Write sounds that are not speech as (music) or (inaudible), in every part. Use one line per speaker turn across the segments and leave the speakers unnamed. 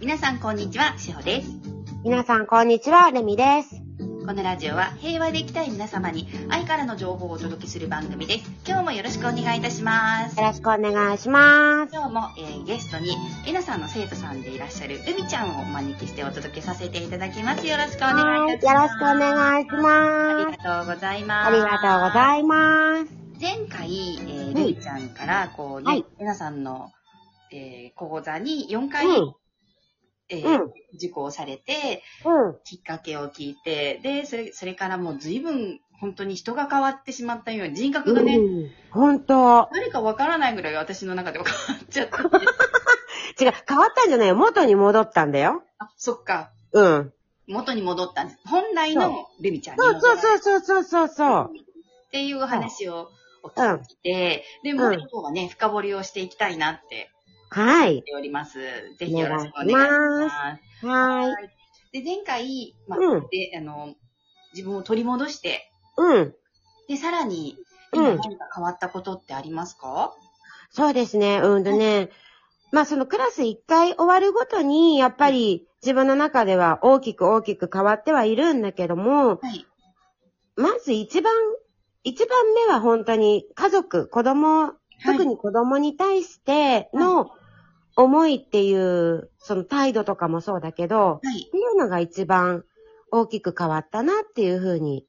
皆さんこんにちは、しほです。
皆さん、こんにちは。レミです。
このラジオは平和で生きたい皆様に愛からの情報をお届けする番組です。今日もよろしくお願いいたします
よ。ろしくお願いします。
今日も、えーゲストにえなさんの生徒さんでいらっしゃるうみちゃんをお招きしてお届けさせていただきます。よろしくお願
はいい。
い
よ
たし
ろ
ま
し
す。
くお願いし
あ
ます
り。がとうございます。
ありがとうございます。
前回、えー、
はい
ルイちゃんから、こう、ね
はい
皆さんの、えー講座に4回、
う
え
ん。う
ー
ん。
受講されて、
うん。
きっかけを聞いて、で、それ、それからもう随分、本当に人が変わってしまったように、人格がね、
うん。本当。
誰かわからないぐらい私の中では変わっちゃ
(laughs)
って。
違う、変わったんじゃないよ。元に戻ったんだよ。
あ、そっか。
うん。
元に戻ったんです。本来のルビちゃんに
そ
戻
うそう
う
そうそうそうそうそう。
っていうお話をお
う
聞
ん
き。して、で、も
う
うん今日はね、深掘りをしていきたいなって
はい。
言っております。ぜひよろしくお願いします。
は
で、
い。
前回、まあ、
うん
で、あの、自分を取り戻して、
うん。
で、さらに、
うん
今何か変わったことってありますか、
そうですね。うんとね。まあそのクラス一回終わるごとに、やっぱり自分の中では大きく大きく変わってはいるんだけども、
はい。
まず一番、一番目は本当に家族、子供、特に子供に対しての思いっていう、その態度とかもそうだけ
は
ど、
い。
っていうのが一番大きく変わったなっていうふうに、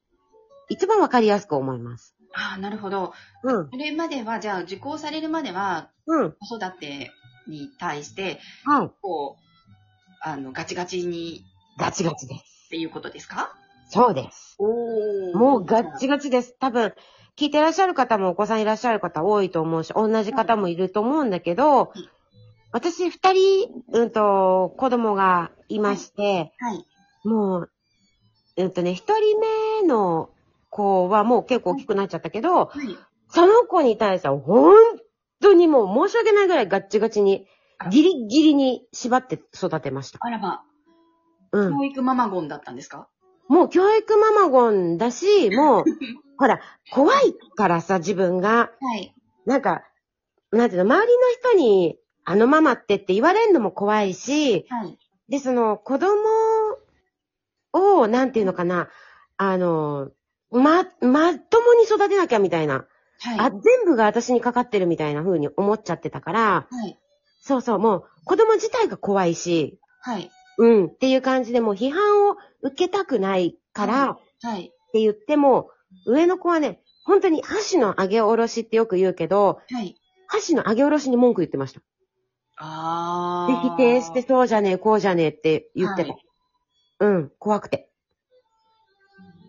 一番わかりやすく思います。
ああ、なるほど。
うん、
それまでは、じゃあ、受講されるまでは、
うん、
子育てに対して、
はい。
こう、あの、ガチガチに
ガチガチです。
っていうことですか
そうです。
お
もうガッチガチです。多分、聞いてらっしゃる方もお子さんいらっしゃる方多いと思うし、同じ方もいると思うんだけど
い、
私二人、うんと、子供がいまして、
はい。
もう、うんとね、一人目の子はもう結構大きくなっちゃったけど、
はい。
その子に対しては本当にもう申し訳ないぐらいガッチガチに、ギリギリに縛って育てました。
あらば、
うん。
教育ママゴンだったんですか、
もう教育ママゴンだし、もう、ほら、怖いからさ、自分が。
はい。
なんか、なんていうの、周りの人に、あのママってって言われるのも怖いし、
はい。
で、その、子供を、なんていうのかな、あの、ま、まともに育てなきゃみたいな、
はい。
あ、全部が私にかかってるみたいな風に思っちゃってたから、
はい。
そうそう、もう、子供自体が怖いし、
はい。
うん、っていう感じでもう批判を受けたくないから、
はい。
って言っても、上の子はね、本当に箸の上げ下ろしってよく言うけど、
はい。
箸の上げ下ろしに文句言ってました。
あ
で、
ー。
否定して、そうじゃねえ、こうじゃねえって言ってた。
はい
うん、怖くて。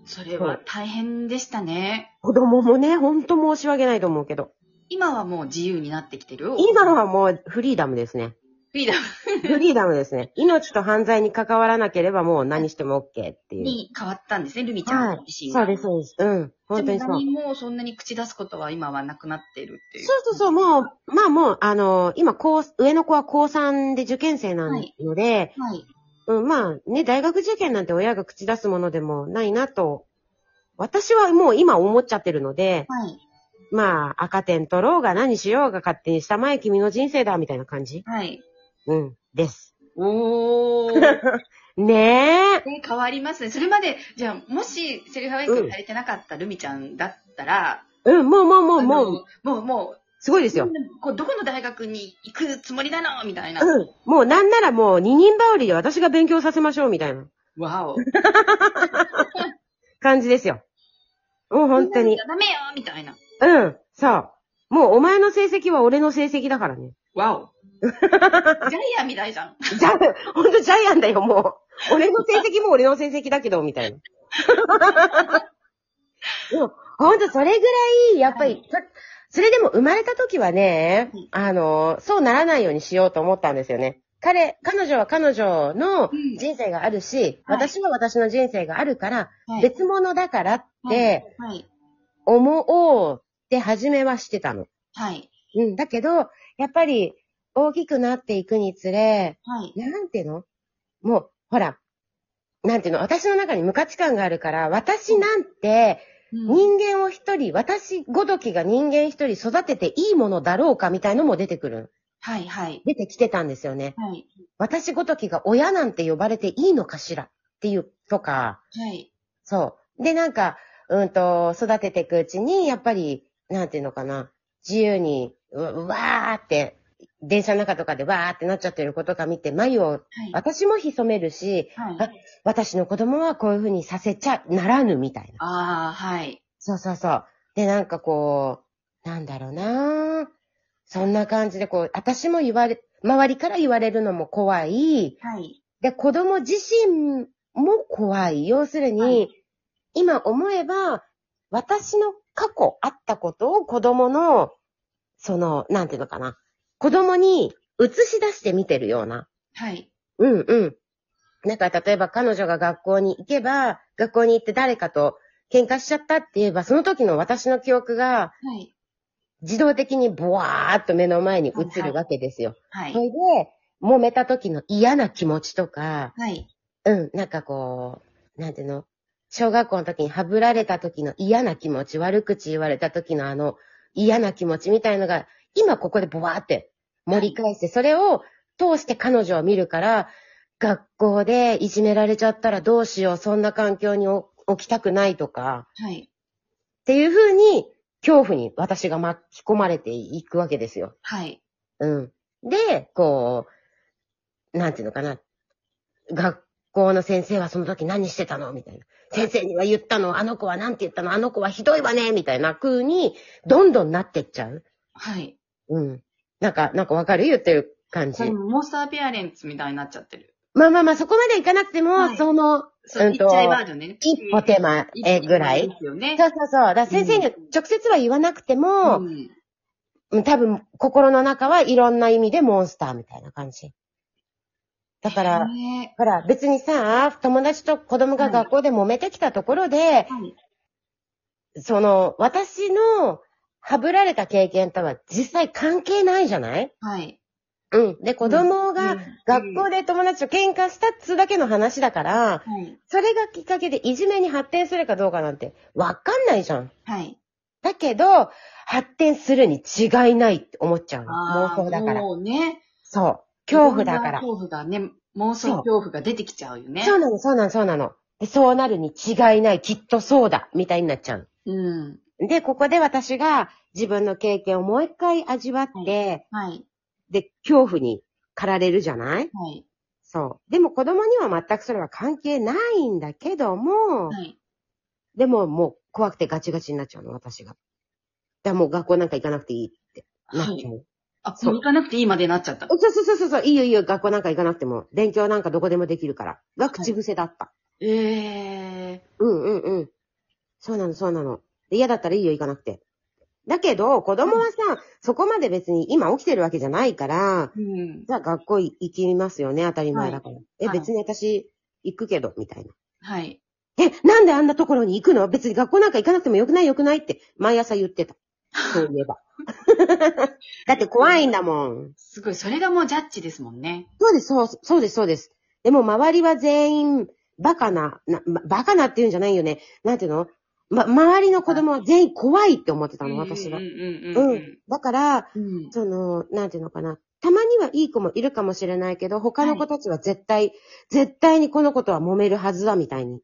それは大変でしたね。
子供もね、ほんと申し訳ないと思うけど。
今はもう自由になってきてる
今はもうフリーダムです (laughs) ね。
フリーダ
フリーダムですね。命と犯罪に関わらなければもう何しても OK って
ム
いう。
に変わったんですね、ルミちゃん自身
そ
が
うです、そうです。うん、本当
で
にそ
も
う。
何もそんなに口出すことは今はなくなってるっていう。
そうそうそう、もう、まあもう、あの今、高、上の子は高3で受験生な
は
の
い
で、
はい。
うん、まあね、大学受験なんて親が口出すものでもないなと、私はもう今思っちゃってるので、
はい。
まあ赤点取ろうが何しようが勝手にしたまえ君の人生だみたいな感じ
はい。
うん、です。
お
(laughs)
ー。
ねえ。
ね変わりますね。それまで、じゃあ、もしセルフアウェイクされてなかったルミちゃんだったら、
うん、もうもうもう
あの
もう、
もう、もう、
すごいですよ。
こうどこの大学に行くつもりなのみたいな。
うん。もうなんならもう二人羽織で私が勉強させましょうみたいな
わお。
感じですよ。もう本当に。
ダメよみたいな。
うん、そう。もうお前の成績は俺の成績だからね。
わお。 (laughs) ジャイアンみたいじゃん。
ジャイ (laughs) アン、ほんとジャイアンだよ、もう。俺の成績も俺の成績だけど、みたいな。 (laughs) でも、ほんとそれぐらい、やっぱり、
はい
そそれでも生まれた時はね
うん、
あの、そうならないようにしようと思ったんですよね。彼、彼女は彼女の
うん
人生があるし、
はい
私は私の人生があるから、
はい
別物だからって
はい。
思おうって初めはしてたの。
はい。
うん、だけど、やっぱり大きくなっていくにつれ、
はい。
なんていうのもう、ほら、なんていうの私の中に無価値観があるから、私なんて、
うん
人間を一人、私ごときが人間一人育てていいものだろうかみたいのも出てくる。
はい、はい。
出てきてたんですよね。
はい。
私ごときが親なんて呼ばれていいのかしらっていうとか、
はい。
そう。で、なんか、うんと、育てていくうちに、やっぱり、なんていうのかな、自由に、ううわーって、電車の中とかでわーってなっちゃってる子とか見て、眉を
はい。
私も潜めるし、
はい。
あ私の子供はこういう風にさせちゃならぬみたいな。
ああ、はい。
そうそうそう。で、なんかこう、なんだろうなそんな感じで、こう、私も言われ、周りから言われるのも怖い。
はい。
で、子供自身も怖い。要するに、
はい
今思えば、私の過去あったことを子供の、その、なんていうのかな。子供に映し出して見てるような。
はい。
うんうん。なんか、例えば彼女が学校に行けば、学校に行って誰かと喧嘩しちゃったって言えば、その時の私の記憶が
はい。
自動的にボワーっと目の前に映るわけですよ。
はい。
それで、揉めた時の嫌な気持ちとか、
はい。
うん、なんかこう、なんていうの小学校の時にハブられた時の嫌な気持ち、悪口言われた時のあの嫌な気持ちみたいのが、今ここでボワーって盛り返して、それを通して彼女を見るから、学校でいじめられちゃったらどうしよう、そんな環境にお置きたくないとか、
はい。
っていう風に、恐怖に私が巻き込まれていくわけですよ。
はい。
うん。で、こう、なんていうのかな。学校の先生はその時何してたのみたいな。先生には言ったの、あの子は何て言ったの、あの子はひどいわねみたいな風に、どんどんなってっちゃう。
はい。
うん。なんか、なんかわかる言ってる感
そ
じ
れ。もモンスターペアレンツみたいになっちゃってる。
まあまあまあ、そこまでいかなくても、
はい
その、
そう、
うん
ちっ
と
ちゃいバージョンね。
一歩手前えぐらい
で。すよね。
そうそうそう。だから先生には直接は言わなくても、
うん
うん多分、心の中はいろんな意味でモンスターみたいな感じ。だから、
ね
ほら、別にさ、友達と子供が学校で揉めてきたところで、
はい。
その、私の、はぶられた経験とは実際関係ないじゃない
はい。
うん。で、子供
う
が
ん
学校で友達と喧嘩したっつうだけの話だから、
はい。
それがきっかけでいじめに発展するかどうかなんてわかんないじゃん。
はい。
だけど、発展するに違いないって思っちゃうの。
あ
妄想だ
あ、
から。
もうね。
そう。恐怖だか
い
ら。
ろんな恐怖がね、妄想恐怖が出てきちゃうよね。
そうなの、そうなの、そうなの。でそうなるに違いない、きっとそうだ、みたいになっちゃう。
うん。
で、ここで私が自分の経験をもう一回味わって、
はい。
で、恐怖に駆られるじゃない
はい。
そう。でも子供には全くそれは関係ないんだけども、
はい。
でももう怖くてガチガチになっちゃうの、私が。だからもう学校なんか行かなくていいってなっ
は
ちゃ
い。
う。
あ、
そう
もう行かなくていいまでなっちゃった。
そうそうそうそうそう、いいよいいよ、学校なんか行かなくても、勉強なんかどこでもできるから。が口癖だった。
ええ
うんうんうん。そうなの、そうなの。で嫌だったらいいよ、行かなくて。だけど、子供はさ、そこまで別に今起きてるわけじゃないから、
うん。
じゃあ学校行きますよね、当たり前だから。え、
はい
別に私行くけど、みたいな。
はい。
え、なんであんなところに行くの別に学校なんか行かなくてもよくないよくないって、毎朝言ってた。そう
(laughs)
いえば。だって怖いんだもん。
すごい。それがもうジャッジですもんね。
そうです、そう、そうです、そうです。でも周りは全員、バカな、な、まバカなって言うんじゃないよね。なんていうのま、周りの子供は全員怖いって思ってたの、私は
うん。うんう
うんん。だから、
うん。うん。
その、なんていうのかな。たまにはいい子もいるかもしれないけど、他の子たちは絶対、絶対にこの子とは揉めるはずだ、みたいに。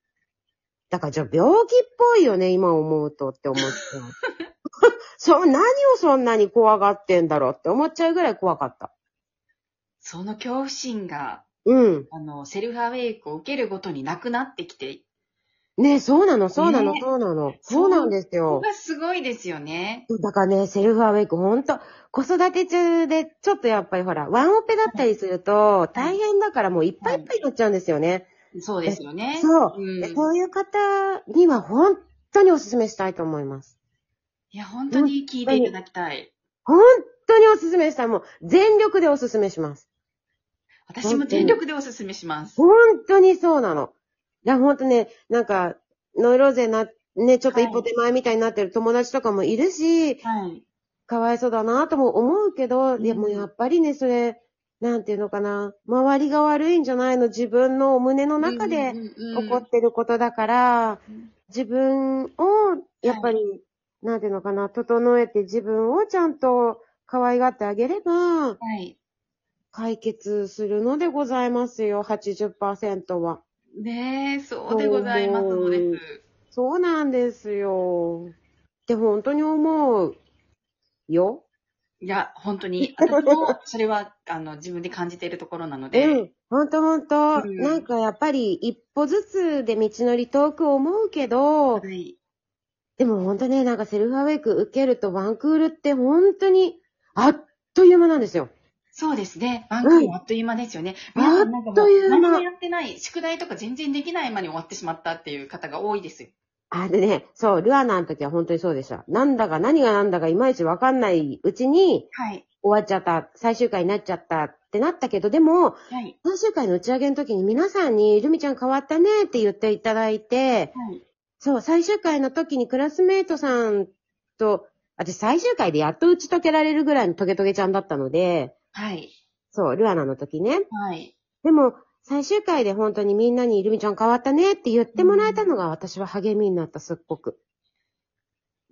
だからじゃあ病気っぽいよね、今思うとって思
(laughs)
って。そう、何をそんなに怖がってんだろうって思っちゃうぐらい怖かった。
その恐怖心が、
うん。
あの、セルフアウェイクを受けるごとになくなってきて、
ねえそうなの、そうなの、
ねえ
そうなの。そうなんです
ここ
よ。
がすごいですよね。
だからね、セルフアウェイク、ほんと、子育て中で、ちょっとやっぱりほら、ワンオペだったりすると、大変だからもういっぱいいっぱいになっちゃうんですよね。
そうですよね。
そう
うん
でそういう方には本当にお勧めしたいと思います。
いや、本当に聞いていただきたい。
本当にお勧めしたい。もう全力でお勧めします。
私も全力でおすすめします。
本当にそうなの。いや、本当ね、なんか、ノイローゼな、ね、ちょっと一歩手前みたいになってる友達とかもいるし、
はい。
かわいそうだなとも思うけど、でもやっぱりね、それ、なんていうのかな、周りが悪いんじゃないの、自分の胸の中で、起
怒
こってることだから
うん、
自分を、やっぱり、なんていうのかな、整えて自分をちゃんと可愛がってあげれば、
はい。
解決するのでございますよ、80%は。
ねえ、そうでございますのです。
そうなんですよ。って本当に思う。よ。
いや、本当
(laughs)
に、私も、それは、あの、自分で感じているところなので、
うん。ほんとほんと。
うん
なんかやっぱり一歩ずつで道のり遠く思うけど、
はい。
でもほんとね、なんかセルフアウェイク受けるとワンクールって本当にあっという間なんですよ。
そうですね。ワンクールあっという間ですよね。
うん
皆さんなんかも
あっという間
何もやってない、宿題とか全然できない間に終わってしまったっていう方が多いですよ。
あ、でね、そう、ルアナの時は本当にそうでした。なんだか何が何だかいまいちわかんないうちに
はい。
終わっちゃった、最終回になっちゃったってなったけど、でも、
はい。
最終回の打ち上げの時に皆さんに、ルミちゃん変わったねって言っていただいて、
はい。
そう、最終回の時にクラスメイトさんと、私最終回でやっと打ち解けられるぐらいのトゲトゲちゃんだったので、
はい。
そう、ルアナの時ね。
はい。
でも、最終回で本当にみんなにルミちゃん変わったねって言ってもらえたのが私は励みになった、すっごく。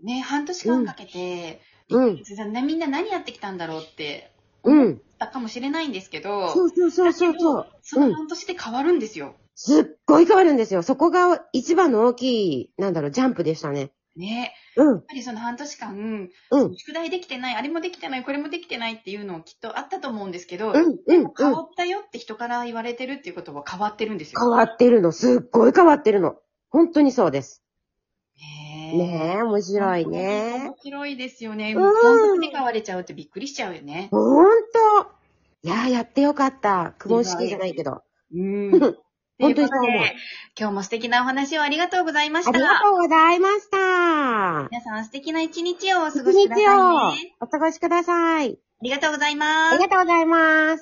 ね、半年間かけて、
うん。
ねみんな何やってきたんだろうって、
うん。
たかもしれないんですけど、
そうそうそうそうそう。
その半年で変わるんですよ。
すっごい変わるんですよ。そこが一番の大きい、なんだろう、ジャンプでしたね。
ね。
うん
やっ。ぱりその半年間、
うん。
宿題できてない、あれもできてない、これもできてないっていうのきっとあったと思うんですけど、
うん。うん。う
変
ん
わ。ったよって人から言われてるっていうことは変わってるんですよ。
変わってるの。すっごい変わってるの。本当にそうです。
ねえ
ねえ、面白いね。
面白いですよね。
うん
もう本当に変われちゃうってびっくりしちゃうよね。
ほんと。いやー、やってよかった。クボン式じゃないけど。
うん。
うん
ということ
(laughs) 本当にそう思う
で、今日も素敵なお話をありがとうございまし
ありが
た。
とうございました。
皆さん素敵な一日をお過
一
ごしくだ
日
さい
を
ね。
お過ごしください。
ありがとうござい
あ
ま
り
す。
がとうございます。